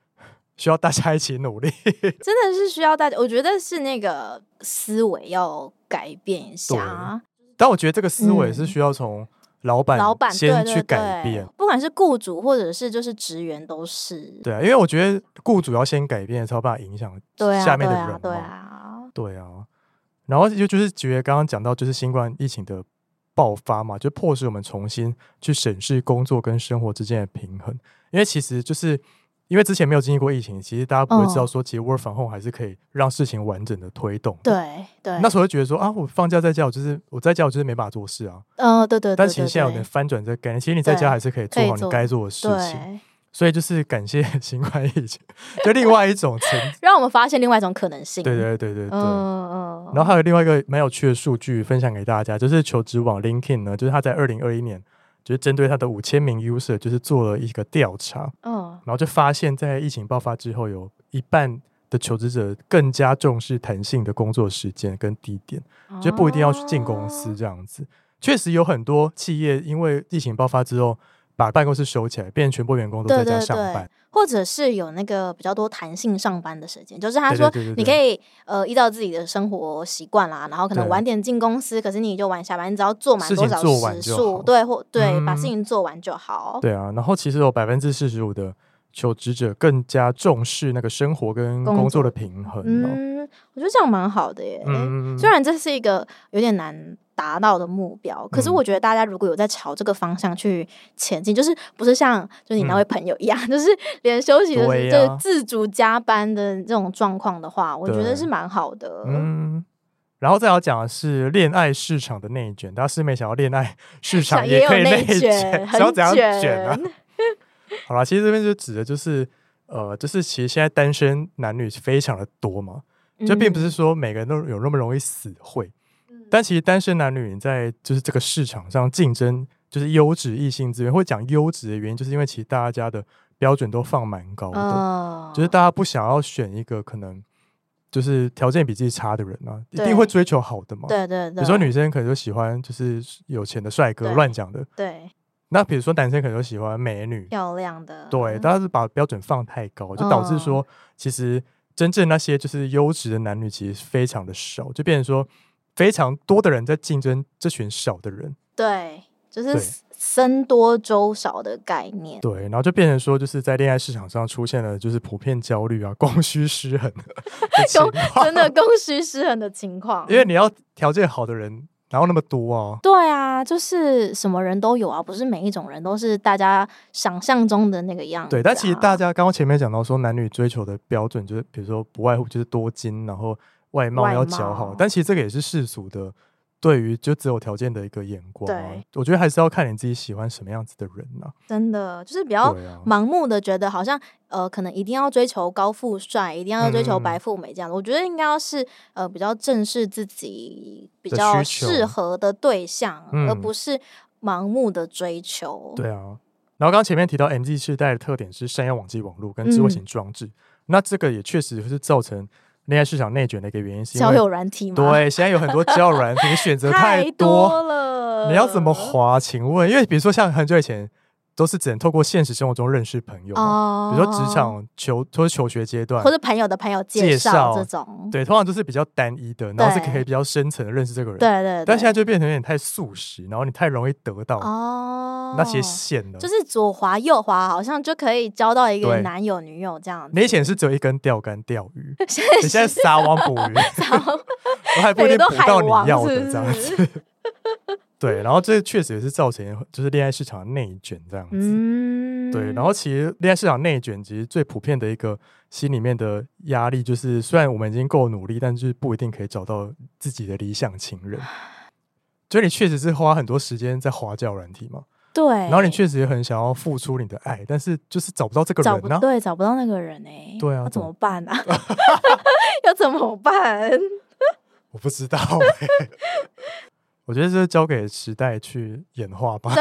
Speaker 1: 需要大家一起努力。
Speaker 2: 真的是需要大家，我觉得是那个思维要改变一下，啊
Speaker 1: 但我觉得这个思维是
Speaker 2: 嗯
Speaker 1: 需要从老板
Speaker 2: 老板对
Speaker 1: 先
Speaker 2: 对
Speaker 1: 去改变
Speaker 2: 对，，不管是雇主或者是就是职员都是，
Speaker 1: 对啊，因为我觉得雇主要先改变，才有办法影响
Speaker 2: 对啊，
Speaker 1: 下面的
Speaker 2: 对
Speaker 1: 人嘛哦
Speaker 2: 啊，。对啊，
Speaker 1: 对啊，然后就就是觉得刚刚讲到就是新冠疫情的爆发嘛，就迫使我们重新去审视工作跟生活之间的平衡，因为其实就是。因为之前没有经历过疫情，其实大家不会知道
Speaker 2: 嗯
Speaker 1: 说，其实 work from home 还是可以让事情完整的推动。，
Speaker 2: 对对，
Speaker 1: 那时候就觉得说啊，我放假在家，我就是我在家，我就是没办法做事啊。
Speaker 2: 嗯，对对，对
Speaker 1: 但其实现在我
Speaker 2: 对
Speaker 1: 能翻转这个概念，其实你在家
Speaker 2: 对
Speaker 1: 还是可以
Speaker 2: 可
Speaker 1: 做
Speaker 2: 以
Speaker 1: 好你
Speaker 2: 做
Speaker 1: 该做的事情。
Speaker 2: 对，
Speaker 1: 所以就是感谢 新冠疫情，就另外一种层。
Speaker 2: 让我们发现另外一种可能性，
Speaker 1: 对对对对对。
Speaker 2: 嗯嗯，
Speaker 1: 然后还有另外一个蛮有趣的数据分享给大家，就是求职网 LinkedIn 呢，就是他在二零二一年，就是针对他的五千名 user，就是做了一个调查，
Speaker 2: 嗯
Speaker 1: 然后就发现，在疫情爆发之后，有一半的求职者更加重视弹性的工作时间跟地点，
Speaker 2: 嗯，
Speaker 1: 就不一定要去进公司
Speaker 2: 哦，
Speaker 1: 这样子。确实有很多企业因为疫情爆发之后，把办公室收起来，变成全部员工都在
Speaker 2: 对
Speaker 1: 家
Speaker 2: 对
Speaker 1: 上
Speaker 2: 对
Speaker 1: 班。，
Speaker 2: 或者是有那个比较多弹性上班的时间，就是他
Speaker 1: 对对
Speaker 2: 说
Speaker 1: 对对对
Speaker 2: 你可以呃依照自己的生活习惯啦，然后可能
Speaker 1: 对
Speaker 2: 晚点进公司，可是你就晚下班，你只要做满
Speaker 1: 事情
Speaker 2: 多少
Speaker 1: 做完
Speaker 2: 时
Speaker 1: 就好
Speaker 2: 数，对或对，把事
Speaker 1: 嗯
Speaker 2: 情做完就好。
Speaker 1: 对啊，然后其实有百分之四十五的求职者更加重视那个生活跟
Speaker 2: 工
Speaker 1: 工作
Speaker 2: 作
Speaker 1: 的平衡、哦。
Speaker 2: 嗯，我觉得这样蛮好的耶。
Speaker 1: 嗯，
Speaker 2: 虽然这是一个有点难达到的目标，可是
Speaker 1: 嗯
Speaker 2: 我觉得大家如果有在朝这个方向去前进，就是不是像就你那位朋友一样， 就是连休息的
Speaker 1: 嗯对
Speaker 2: 时
Speaker 1: 呀
Speaker 2: 就是自主加班的这种状况的话，我觉
Speaker 1: 对
Speaker 2: 得是蛮好的。
Speaker 1: 嗯，然后再要讲的是恋爱市场的内卷，大家是没想到恋爱市场
Speaker 2: 想也
Speaker 1: 可以
Speaker 2: 有内
Speaker 1: 卷，
Speaker 2: 卷，
Speaker 1: 想
Speaker 2: 很
Speaker 1: 要怎样卷啊？
Speaker 2: 卷
Speaker 1: 好啦，其实这边就指的就是。呃，就是其实现在单身男女非常的多嘛，就并不是说每个人都有那么容易死会，
Speaker 2: 嗯
Speaker 1: 但其实单身男女在就是这个市场上竞争，就是优质异性资源，会讲优质的原因，就是因为其实大家的标准都放蛮高的，
Speaker 2: 嗯
Speaker 1: 就是大家不想要选一个可能就是条件比自己差的人啊，一定
Speaker 2: 对
Speaker 1: 会追求好的嘛。
Speaker 2: 对对对，
Speaker 1: 比如说女生可能就喜欢就是有钱的帅哥，
Speaker 2: 对
Speaker 1: 乱讲的。
Speaker 2: 对
Speaker 1: 那比如说男生可能就喜欢美女，
Speaker 2: 漂亮的，
Speaker 1: 对，大家是把标准放太高，就导致
Speaker 2: 嗯
Speaker 1: 说，其实真正那些就是优质的男女其实非常的少，就变成说非常多的人在竞争这群少的人，
Speaker 2: 对，就
Speaker 1: 对
Speaker 2: 是僧多粥少的概念。
Speaker 1: 对，然后就变成说就是在恋爱市场上出现了就是普遍焦虑啊、 供需失衡的情
Speaker 2: 供
Speaker 1: 况，
Speaker 2: 真的供需失衡的情况。
Speaker 1: 因为你要条件好的人，然后那么多啊，
Speaker 2: 对啊，就是什么人都有啊，不是每一种人都是大家想象中的那个样子、啊。
Speaker 1: 对，但其实大家刚刚前面讲到说，男女追求的标准就是，比如说不外乎就是多金，然后外貌
Speaker 2: 外
Speaker 1: 要姣好，
Speaker 2: 貌
Speaker 1: 但其实这个也是世俗的对于就只有条件的一个眼光、啊
Speaker 2: 对。
Speaker 1: 我觉得还是要看你自己喜欢什么样子的人啊呐、
Speaker 2: 真的就是比较
Speaker 1: 对啊，
Speaker 2: 盲目的觉得好像呃，可能一定要追求高富帅，一定要追求
Speaker 1: 嗯
Speaker 2: 白富美这样的。我觉得应该要是呃比较正视自己比
Speaker 1: 的
Speaker 2: 较
Speaker 1: 需求
Speaker 2: 适合的对象，而
Speaker 1: 嗯
Speaker 2: 不是盲目的追求。
Speaker 1: 对啊。然后刚刚前面提到 MZ 世代的特点是善用网际网络跟
Speaker 2: 嗯
Speaker 1: 智慧型装置，那这个也确实是造成恋爱市场内卷的一个原因，是因
Speaker 2: 交友
Speaker 1: 为
Speaker 2: 软体嘛，，
Speaker 1: 对现在有很多交友软体选择
Speaker 2: 太
Speaker 1: 多
Speaker 2: 了，
Speaker 1: 你要怎么滑？请问，因为比如说像很久以前都是只能透过现实生活中认识朋友嘛，
Speaker 2: 哦，
Speaker 1: 啊比如说职场求或是求学阶段
Speaker 2: 或，者朋友的朋友
Speaker 1: 介
Speaker 2: 介绍
Speaker 1: 绍
Speaker 2: 这种，
Speaker 1: 对，通常都是比较单一的，然后是
Speaker 2: 对
Speaker 1: 可以比较深层的认识这个人。
Speaker 2: 对对对，
Speaker 1: 但现在就变成有点太速食，然后你太容易得到
Speaker 2: 哦，
Speaker 1: 那些线了。
Speaker 2: 就是左滑右滑，好像就可以交到一个
Speaker 1: 对
Speaker 2: 男友女友这样子。
Speaker 1: 你以前是只有一根钓竿钓鱼，
Speaker 2: 现
Speaker 1: 你现在
Speaker 2: 在
Speaker 1: 撒网捕鱼，我还不一定
Speaker 2: 每个都
Speaker 1: 捕
Speaker 2: 海
Speaker 1: 到你
Speaker 2: 王
Speaker 1: 要
Speaker 2: 是
Speaker 1: 的
Speaker 2: 不
Speaker 1: 这样
Speaker 2: 是
Speaker 1: 子。 对，然后这确实也是造成就是恋爱市场的内卷这样子。
Speaker 2: 嗯，
Speaker 1: 对，然后其实恋爱市场内卷，其实最普遍的一个心里面的压力，就是虽然我们已经够努力，但是不一定可以找到
Speaker 2: 啊
Speaker 1: 自己的理想情人。就你确实是花很多时间在花教软体嘛，
Speaker 2: 对，
Speaker 1: 然后你确实也很想要付出你的爱，但是就是找不到这个
Speaker 2: 找
Speaker 1: 人啊
Speaker 2: 不
Speaker 1: 呢、
Speaker 2: 对，找不到那个人哎、
Speaker 1: 对啊
Speaker 2: 要
Speaker 1: 怎
Speaker 2: 怎
Speaker 1: 么
Speaker 2: 么办啊？ 要怎么 办？
Speaker 1: 我不知道、欸，我觉得这交给时代去演化 吧。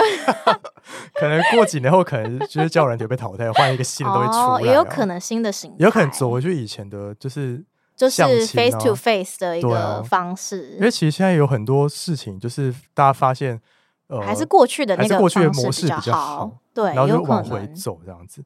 Speaker 1: 可能过几年后，可能就是叫人就被淘汰，换一个新的东西出来、啊
Speaker 2: 哦，也有可，能新的形态，
Speaker 1: 也有可能走回去以前的，就是
Speaker 2: 就
Speaker 1: 相
Speaker 2: 是
Speaker 1: 亲啊
Speaker 2: face to face 的一
Speaker 1: 对啊
Speaker 2: 个方式，
Speaker 1: 因为其实现在有很多事情，就是大家发现，呃，
Speaker 2: 还是过去的
Speaker 1: 还
Speaker 2: 那
Speaker 1: 是
Speaker 2: 个
Speaker 1: 过去的
Speaker 2: 方式
Speaker 1: 模式比较好
Speaker 2: 好，对，
Speaker 1: 然后就
Speaker 2: 有可
Speaker 1: 往回
Speaker 2: 能。
Speaker 1: 走这样子。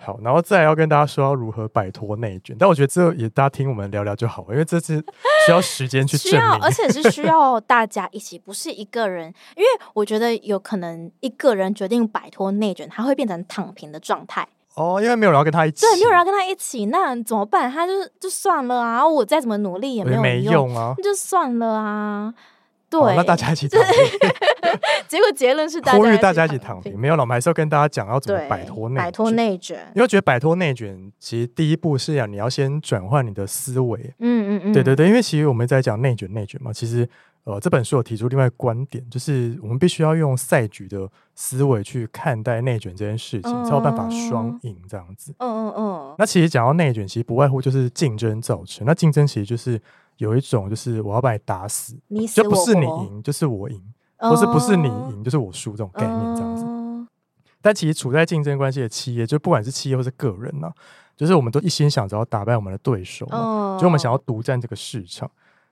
Speaker 1: 好，然后再来要跟大家说要如何摆脱内卷，但我觉得这也大家听我们聊聊就好了，因为这 是需要时间去
Speaker 2: 需
Speaker 1: 证
Speaker 2: 要，而
Speaker 1: 明。
Speaker 2: 且是需 要大家一起，不是一个人。因为我觉得有可能一个人决定摆脱内卷，他会变成躺平的状态。
Speaker 1: 哦，因为没有人要跟他一起，
Speaker 2: 对，没有人要跟他一起，那怎么办？他就是就算了啊，我再怎么努力也
Speaker 1: 我觉
Speaker 2: 没
Speaker 1: 得没
Speaker 2: 有用，
Speaker 1: 用啊。
Speaker 2: 那就算了啊。对
Speaker 1: 好，那大家一 起躺平，
Speaker 2: 结果结论是大家
Speaker 1: 呼吁
Speaker 2: 一
Speaker 1: 大家一起躺平。。没有了，我们还是要跟大家讲要怎么
Speaker 2: 对，
Speaker 1: 摆脱内
Speaker 2: 摆脱
Speaker 1: 卷。
Speaker 2: 内卷。
Speaker 1: 因为我觉得摆脱内卷，其实第一步是要你要先转换你的思维。
Speaker 2: 嗯嗯嗯，
Speaker 1: 对对对，因为其实我们在讲内卷内卷嘛，其实呃这本书有提出另外一个观点，就是我们必须要用赛局的思维去看待内卷这件事情，才有办法双
Speaker 2: 嗯
Speaker 1: 赢这样子。
Speaker 2: 嗯嗯嗯，
Speaker 1: 那其实讲到内卷，其实不外乎就是竞争造成。那竞争其实就是有一种就是我要把你打死，
Speaker 2: 你死
Speaker 1: 就不
Speaker 2: 我
Speaker 1: 是你
Speaker 2: 活
Speaker 1: 赢，就是我赢，或是不是你
Speaker 2: 嗯
Speaker 1: 赢，就是我输这种概念这样子。
Speaker 2: 嗯
Speaker 1: 但其实处在竞争关系的企业，就不管是企业或是个人呢、就是我们都一心想着要打败我们的对手嘛，
Speaker 2: 嗯
Speaker 1: 就我们想要独占这个市场。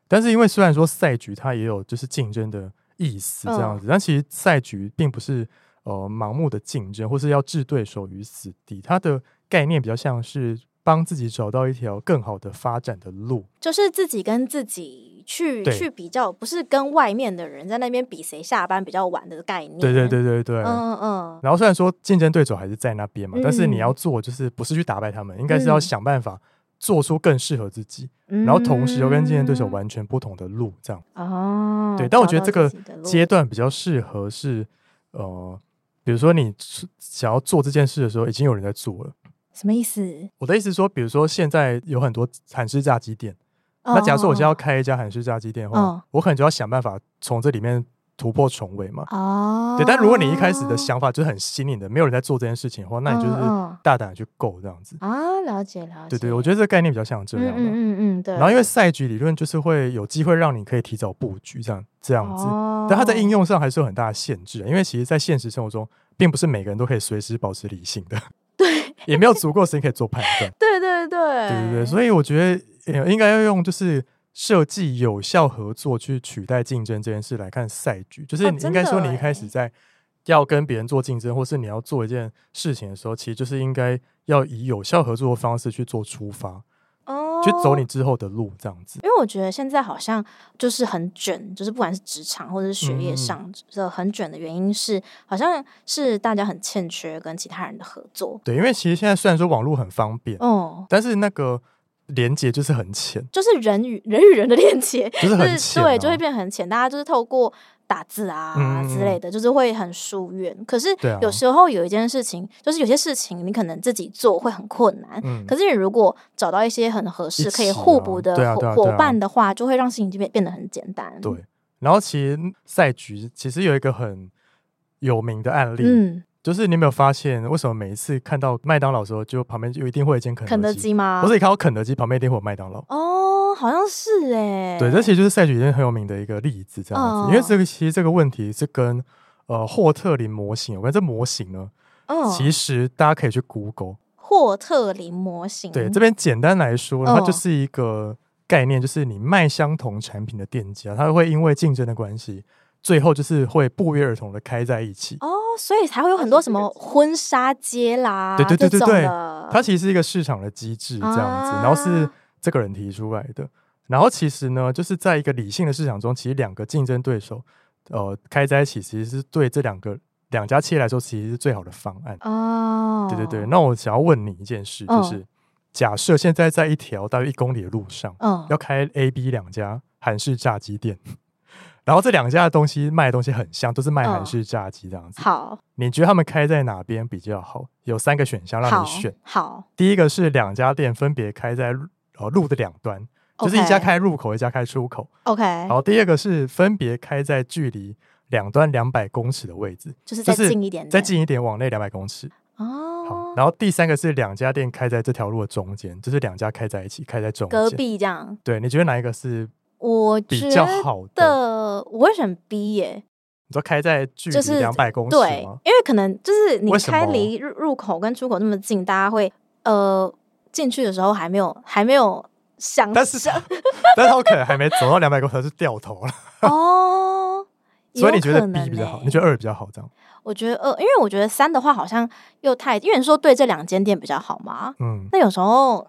Speaker 1: 但是因为虽然说赛局它也有就是竞争的意思这
Speaker 2: 嗯
Speaker 1: 样子，但其实赛局并不是呃盲目的竞争，或是要置对手于死地，它的概念比较像是帮自己找到一条更好的发展的路。
Speaker 2: 就是自己跟自己去
Speaker 1: 对
Speaker 2: 去比较，不是跟外面的人在那边比谁下班比较晚的概念。
Speaker 1: 对对，对对对。
Speaker 2: 嗯嗯
Speaker 1: 然后虽然说竞争对手还是在那边嘛，但是你
Speaker 2: 嗯
Speaker 1: 要做就是不是去打败他们，应该是要
Speaker 2: 嗯
Speaker 1: 想办法做出更适合自己。
Speaker 2: 嗯，
Speaker 1: 然后同时又跟竞争对手完全不同的路，这样
Speaker 2: 哦，
Speaker 1: 对但我觉得
Speaker 2: 找
Speaker 1: 这
Speaker 2: 到
Speaker 1: 个
Speaker 2: 自己的路
Speaker 1: 阶段比较适合是呃，比如说你是想要做这件事的时候，已经有人在做了。
Speaker 2: 什么意思？
Speaker 1: 我的意思是说，比如说现在有很多韩式炸鸡店，
Speaker 2: 哦
Speaker 1: 那假如说我现在要开一家韩式炸鸡店的话，
Speaker 2: 嗯
Speaker 1: 我可能就要想办法从这里面突破重围嘛。
Speaker 2: 哦，
Speaker 1: 对，但如果你一开始的想法就是很新颖的，没有人在做这件事情的话，那你就
Speaker 2: 嗯
Speaker 1: 是
Speaker 2: 嗯
Speaker 1: 大胆地去够这样子。
Speaker 2: 啊，了解了解，
Speaker 1: 对对，我觉得这个概念比较像这
Speaker 2: 嗯
Speaker 1: 样的。
Speaker 2: 嗯嗯嗯，对。
Speaker 1: 然后因为赛局理论就是会有机会让你可以提早布局，这样这样子。
Speaker 2: 哦
Speaker 1: 但它在应用上还是有很大的限制，啊因为其实，在现实生活中，并不是每个人都可以随时保持理性的，对，也没有足够时间可以做判 断，
Speaker 2: 对对对
Speaker 1: 对
Speaker 2: 对
Speaker 1: 对对。所以我觉得，呃，应该要用就是设计有效合作去取代竞争这件事来看赛局，就是
Speaker 2: 哦
Speaker 1: 你
Speaker 2: 真
Speaker 1: 应该说
Speaker 2: 的
Speaker 1: 你一开始在要跟别人做竞争，或是你要做一件事情的时候，其实就是应该要以有效合作的方式去做出发，
Speaker 2: 哦，
Speaker 1: 去走你之后的路，这样子。
Speaker 2: 因为我觉得现在好像就是很卷，就是不管是职场或者是学
Speaker 1: 嗯
Speaker 2: 业
Speaker 1: 嗯
Speaker 2: 上的很卷的原因是，好像是大家很欠缺跟其他人的合作。
Speaker 1: 对，因为其实现在虽然说网络很方便，
Speaker 2: 哦，
Speaker 1: 但是那个连接就是很浅，
Speaker 2: 就是人与人与人的 链接，
Speaker 1: 就是
Speaker 2: 就
Speaker 1: 很
Speaker 2: 是
Speaker 1: 浅、啊，
Speaker 2: 对，就会变得很浅，大家就是透过打字啊
Speaker 1: 嗯嗯
Speaker 2: 之类的，就是会很疏远。可是
Speaker 1: 对啊
Speaker 2: 有时候有一件事情，就是有些事情你可能自己做会很困难，
Speaker 1: 嗯，
Speaker 2: 可是你如果找到一些很合
Speaker 1: 一
Speaker 2: 适可
Speaker 1: 起
Speaker 2: 以
Speaker 1: 啊
Speaker 2: 互补的
Speaker 1: 对啊
Speaker 2: 伙
Speaker 1: 对啊对
Speaker 2: 伙
Speaker 1: 啊
Speaker 2: 伴的话，就会让事情就变变得很简单。
Speaker 1: 对，。然后其实赛局其实有一个很有名的案例，
Speaker 2: 嗯，
Speaker 1: 就是你有没有发现为什么每一次看到麦当劳的时候，就旁边就一定会有一间肯
Speaker 2: 肯德
Speaker 1: 基，
Speaker 2: 基吗？
Speaker 1: 或者你看到肯德基旁边一定会有麦当劳。
Speaker 2: 哦，好像是哎、
Speaker 1: 对，这其实就是赛局里面很有名的一个例子，这样子。
Speaker 2: 哦
Speaker 1: 因为这个其实这个问题是跟呃霍特林模型有关。这模型呢，
Speaker 2: 嗯，
Speaker 1: 其实大家可以去 Google，
Speaker 2: 霍特林模型，
Speaker 1: 对，这边简单来说，它就
Speaker 2: 哦
Speaker 1: 是一个概念，就是你卖相同产品的店家，它会因为竞争的关系，最后就是会不约而同的开在一起。
Speaker 2: 哦，所以才会有很多什么婚纱街啦，
Speaker 1: 对对对对
Speaker 2: 啊这种
Speaker 1: 对
Speaker 2: 的
Speaker 1: 它其实是一个市场的机制这样子，然后是
Speaker 2: 啊
Speaker 1: 这个人提出来的。然后其实呢，就是在一个理性的市场中，其实两个竞争对手，呃，开在一起，其实是对这两个两家企业来说，其实是最好的方案。
Speaker 2: 哦，
Speaker 1: 对对对。那我想要问你一件事，就
Speaker 2: 嗯
Speaker 1: 是假设现在在一条大约一公里的路上。
Speaker 2: 嗯，
Speaker 1: 要开 A、B 两家韩式炸鸡店，然后这两家的东西卖的东西很像，都是卖韩
Speaker 2: 嗯
Speaker 1: 式炸鸡这样子。
Speaker 2: 好，
Speaker 1: 你觉得他们开在哪边比较好？有三个选项让
Speaker 2: 好
Speaker 1: 你选，，
Speaker 2: 好，
Speaker 1: 第一个是两家店分别开在路呃路的两端，就是一家
Speaker 2: OK
Speaker 1: 开入口，一家开出口。
Speaker 2: OK，
Speaker 1: 然后第二个是分别开在距离两端两百公尺的位置，
Speaker 2: 就是
Speaker 1: 就
Speaker 2: 再
Speaker 1: 是
Speaker 2: 近一点点，
Speaker 1: 再近一点往内两百公尺。好
Speaker 2: 哦，，
Speaker 1: 然后第三个是两家店开在这条路的中间，就是两家开在一起，开在中
Speaker 2: 隔
Speaker 1: 间。
Speaker 2: 壁这样。
Speaker 1: 对，你觉得哪一个是
Speaker 2: 我
Speaker 1: 比
Speaker 2: 觉
Speaker 1: 较好的？
Speaker 2: 得我会选 B 耶、
Speaker 1: 你说开在距
Speaker 2: 就
Speaker 1: 离
Speaker 2: 是
Speaker 1: 两百公尺
Speaker 2: 对
Speaker 1: 吗？，
Speaker 2: 因为可能就是你
Speaker 1: 为什么
Speaker 2: 开离入入口跟出口那么近，大家会呃进去的时候还没有还没有想
Speaker 1: 但是 但是他们可能还没走到两百公尺他就掉头了，
Speaker 2: 哦，也
Speaker 1: 所以
Speaker 2: 有
Speaker 1: 你觉得
Speaker 2: 可能
Speaker 1: B 比较好？
Speaker 2: 欸
Speaker 1: 你觉得二比较好？这样，
Speaker 2: 我觉得呃，因为我觉得三的话好像又太，因为你说对这两间店比较好嘛，
Speaker 1: 嗯
Speaker 2: 那有时候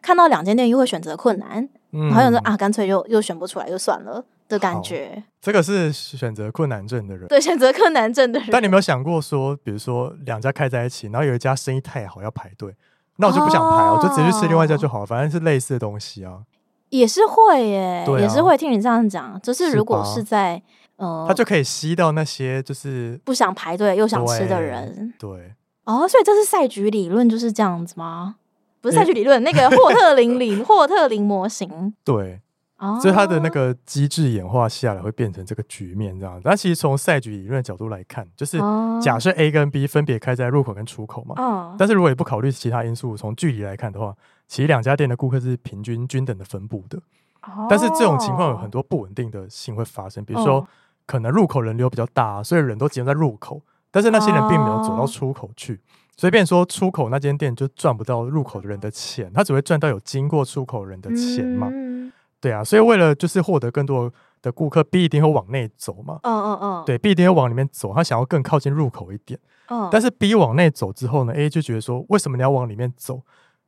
Speaker 2: 看到两间店又会选择困难，
Speaker 1: 嗯，
Speaker 2: 好像说啊，干脆就又选不出来就算了的感
Speaker 1: 好
Speaker 2: 觉。
Speaker 1: 这个是选择困难症的人。
Speaker 2: 对，选择困难症的人，
Speaker 1: 但你有没有想过说，比如说两家开在一起，然后有一家生意太好要排队，那我就不想排
Speaker 2: 哦
Speaker 1: 啊，我就直接去吃另外一家就好了，反正是类似的东西啊。
Speaker 2: 也是会耶，
Speaker 1: 对
Speaker 2: 也
Speaker 1: 啊
Speaker 2: 是会听你这样讲。就是
Speaker 1: 是
Speaker 2: 如果
Speaker 1: 吧
Speaker 2: 是在呃，
Speaker 1: 它就可以吸到那些就是
Speaker 2: 不想排队又想吃的
Speaker 1: 对
Speaker 2: 人
Speaker 1: 对
Speaker 2: 哦，所以这是赛局理论就是这样子吗？不是赛
Speaker 1: 嗯
Speaker 2: 局理论，那个霍特林理霍特林模型
Speaker 1: 对，
Speaker 2: 哦，
Speaker 1: 所以它的那个机制演化下来会变成这个局面这样子。那其实从赛局理论的角度来看，就是
Speaker 2: 哦
Speaker 1: 假设 A 跟 B 分别开在入口跟出口嘛，
Speaker 2: 哦，
Speaker 1: 但是如果也不考虑其他因素，从距离来看的话，其实两家店的顾客是平均均等的分布的。
Speaker 2: 哦
Speaker 1: 但是这种情况有很
Speaker 2: 多
Speaker 1: 多不稳定的性会发生，比如说
Speaker 2: 嗯
Speaker 1: 可能入口人流比较大，啊所以人都集中在入口，但是那些人并没有走到
Speaker 2: 哦
Speaker 1: 出口去，所以变成说出口那间店就赚不到入口的人的钱，他只会赚到有经过出口人的钱嘛，
Speaker 2: 嗯
Speaker 1: 对啊，所以为了就是获得更多的顾客，B 一定会往内走嘛。
Speaker 2: 嗯嗯嗯，
Speaker 1: 对，B 一定会往里面走，他想要更靠近入口一点。
Speaker 2: 嗯，
Speaker 1: 但
Speaker 2: 是
Speaker 1: 是 B 往内走之后呢，A 就觉得说，为什么你要往里面走？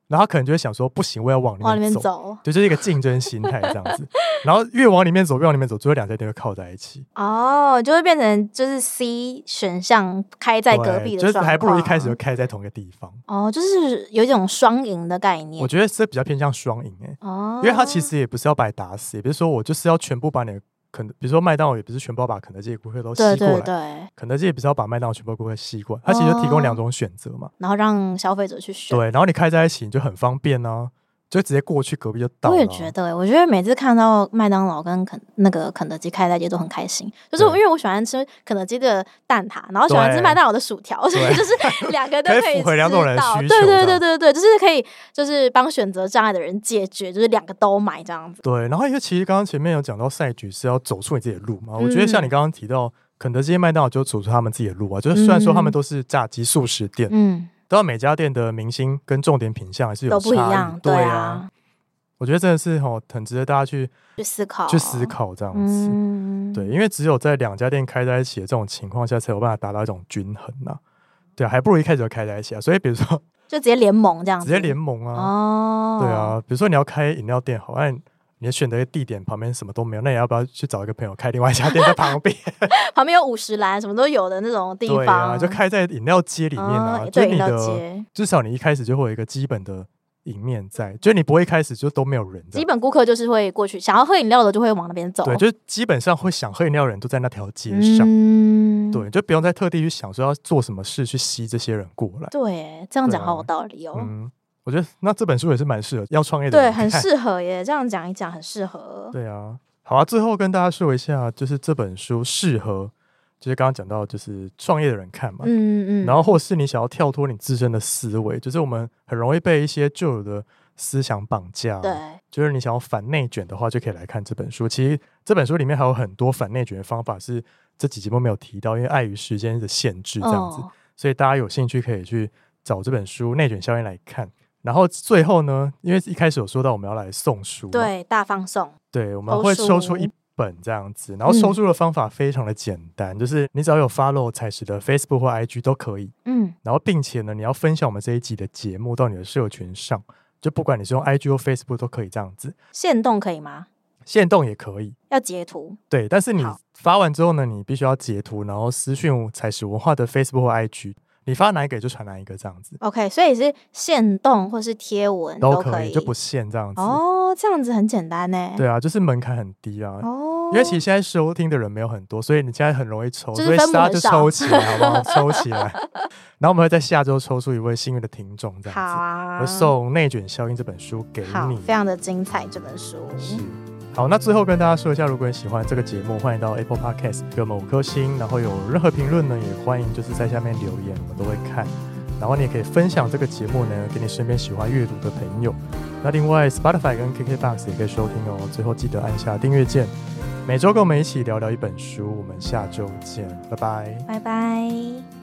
Speaker 1: 然后他可能就会想说，不行，我要往
Speaker 2: 往里
Speaker 1: 里
Speaker 2: 面
Speaker 1: 面走。
Speaker 2: 走
Speaker 1: 对，就是一个竞争心态这样 子。然后越往里面走，越往里面走，最后两家店会靠在一起。
Speaker 2: 哦，就会变成就是 C 选项开在隔
Speaker 1: 对
Speaker 2: 壁的
Speaker 1: 就是
Speaker 2: 状况，
Speaker 1: 还不如一开始就开在同一个地方。
Speaker 2: 哦，就是有一种双赢的概念
Speaker 1: 我觉得这比较偏向双赢诶，
Speaker 2: 哦，
Speaker 1: 因为他其实也不是要把你打死，也不是说我就是要全部把你的肯，比如说麦当劳也不是全部要把肯德基的顾客都吸
Speaker 2: 对
Speaker 1: 过
Speaker 2: 对
Speaker 1: 来，
Speaker 2: 对，
Speaker 1: 肯德基也不是要把麦当劳全部顾客吸过来，他其实就提供
Speaker 2: 哦
Speaker 1: 两种选择嘛。
Speaker 2: 然后让消费者去选。
Speaker 1: 对，然后你开在一起你就很方便啊，就直接过去隔壁就到了
Speaker 2: 我
Speaker 1: 啊。
Speaker 2: 也觉得、欸，我觉得每次看到麦当劳跟肯那个肯德基开在一起都很开心，就是
Speaker 1: 对
Speaker 2: 因为我喜欢吃肯德基的蛋挞，然后喜欢吃
Speaker 1: 对
Speaker 2: 麦当劳的薯条，所以就是 两个都
Speaker 1: 可以
Speaker 2: 以
Speaker 1: 符合两种
Speaker 2: 吃
Speaker 1: 人的
Speaker 2: 到
Speaker 1: 需
Speaker 2: 对
Speaker 1: 求
Speaker 2: 对
Speaker 1: 这
Speaker 2: 对
Speaker 1: 样
Speaker 2: 对对，就是可以就是帮选择障碍的人解决，就是两个都买这样子。
Speaker 1: 对，然后因为其实刚刚前面有讲到赛局是要走出你自己的路嘛，我觉得像你
Speaker 2: 嗯
Speaker 1: 刚刚提到，肯德基、麦当劳就走出他们自己的路啊，就是虽然说他们
Speaker 2: 嗯
Speaker 1: 都是炸鸡素食店，
Speaker 2: 嗯，
Speaker 1: 但每家店的明星跟重点品相还是有
Speaker 2: 都不一
Speaker 1: 差异
Speaker 2: 样，
Speaker 1: 对
Speaker 2: 啊，，
Speaker 1: 我觉得真的是哦，很值得大家去
Speaker 2: 去思考，
Speaker 1: 去思，考这样子。
Speaker 2: 嗯，
Speaker 1: 对，因为只有在两家店开在一起的这种情况下，才有办法达到一种均衡呐、对啊，还不如一开始就开在一起啊。所以比如说
Speaker 2: 就直接联盟这样
Speaker 1: 直
Speaker 2: 子，
Speaker 1: 接联盟啊，
Speaker 2: 哦，
Speaker 1: 对啊，比如说你要开饮料店，好，那你你选择一个地点旁边什么都没有，那你要不要去找一个朋友开另外一家店在旁边？
Speaker 2: 旁边有五十栏，什么都有的那种地
Speaker 1: 对
Speaker 2: 方，
Speaker 1: 啊，就开在饮料街里面啊，
Speaker 2: 哦
Speaker 1: 就是
Speaker 2: 对
Speaker 1: 你
Speaker 2: 饮料
Speaker 1: 的
Speaker 2: 街
Speaker 1: 至少你一开始就会有一个基本的赢面在，就是你不会一开始就都没有人这
Speaker 2: 基
Speaker 1: 样。
Speaker 2: 本哦顾客就是会过去，想要喝饮料的就会往那边走。
Speaker 1: 对，就是基本上会想喝饮料的人都在那条街上，
Speaker 2: 嗯，
Speaker 1: 对，就不用再特地去想说要做什么事去吸这些人过来。
Speaker 2: 对，这样
Speaker 1: 对
Speaker 2: 讲好
Speaker 1: 啊
Speaker 2: 有道理哦。
Speaker 1: 嗯，我觉得那这本书也是蛮适合要创业的
Speaker 2: 对，
Speaker 1: 人
Speaker 2: 很
Speaker 1: 看
Speaker 2: 适合耶，这样讲一讲很适合。
Speaker 1: 对啊，好啊，最后跟大家说一下，就是这本书适合，就是刚刚讲到，就是创业的人看嘛，
Speaker 2: 嗯嗯，
Speaker 1: 然后或是你想要跳脱你自身的思维，就是我们很容易被一些旧有的思想绑架，啊
Speaker 2: 对，
Speaker 1: 就是你想要反内卷的话，就可以来看这本书。其实这本书里面还有很多反内卷的方法是这几集都没有提到，因为碍于时间的限制这样子，
Speaker 2: 哦
Speaker 1: 所以大家有兴趣可以去找这本书《内卷效应》来看。然后最后呢，因为一开始有说到我们要来送书，。
Speaker 2: 对，大放送，
Speaker 1: 对，我们
Speaker 2: 投
Speaker 1: 会抽出
Speaker 2: 书
Speaker 1: 一本这样子，然后抽
Speaker 2: 嗯
Speaker 1: 出的方法非常的简单，就是你只要有 follow 彩石的 Facebook 或 IG 都可以，
Speaker 2: 嗯，
Speaker 1: 然后并且呢，你要分享我们这一集的节目到你的社群上，就不管你是用 IG 或 Facebook 都可以这样子，
Speaker 2: 限动可以吗？
Speaker 1: 限动也可以。
Speaker 2: 要截图，
Speaker 1: 对，但是你
Speaker 2: 好
Speaker 1: 发完之后呢，你必须要截图，然后私讯彩石文化的 Facebook 或 IG，你发哪一个就传哪一个这样子
Speaker 2: OK，所以是限动或是贴文
Speaker 1: 都
Speaker 2: 可
Speaker 1: 可以，就不限这样子。
Speaker 2: 哦，这样子很简单呢。
Speaker 1: 对啊，就是门槛很低啊，
Speaker 2: 哦，
Speaker 1: 因为其实现在收听的人没有很多，所以你现在很容易抽，
Speaker 2: 就是
Speaker 1: 所以
Speaker 2: 分母
Speaker 1: 大家
Speaker 2: 很
Speaker 1: 就
Speaker 2: 少
Speaker 1: 抽起来，好不 好？抽起来。然后我们会在下周抽出一位幸运的听众，这
Speaker 2: 好
Speaker 1: 样子，
Speaker 2: 啊
Speaker 1: 我，送《内卷效应》这本书给
Speaker 2: 好
Speaker 1: 你，。
Speaker 2: 非常的精彩这本书。
Speaker 1: 是，好，那最后跟大家说一下，如果你喜欢这个节目，欢迎到 Apple Podcast 给我们五颗星，然后有任何评论呢，也欢迎就是在下面留言，我们都会看。然后你也可以分享这个节目呢，给你身边喜欢阅读的朋友。那另外，Spotify 跟 KKBox 也可以收听哦。最后记得按下订阅键，每周跟我们一起聊聊一本书。我们下周见，拜拜。
Speaker 2: 拜拜。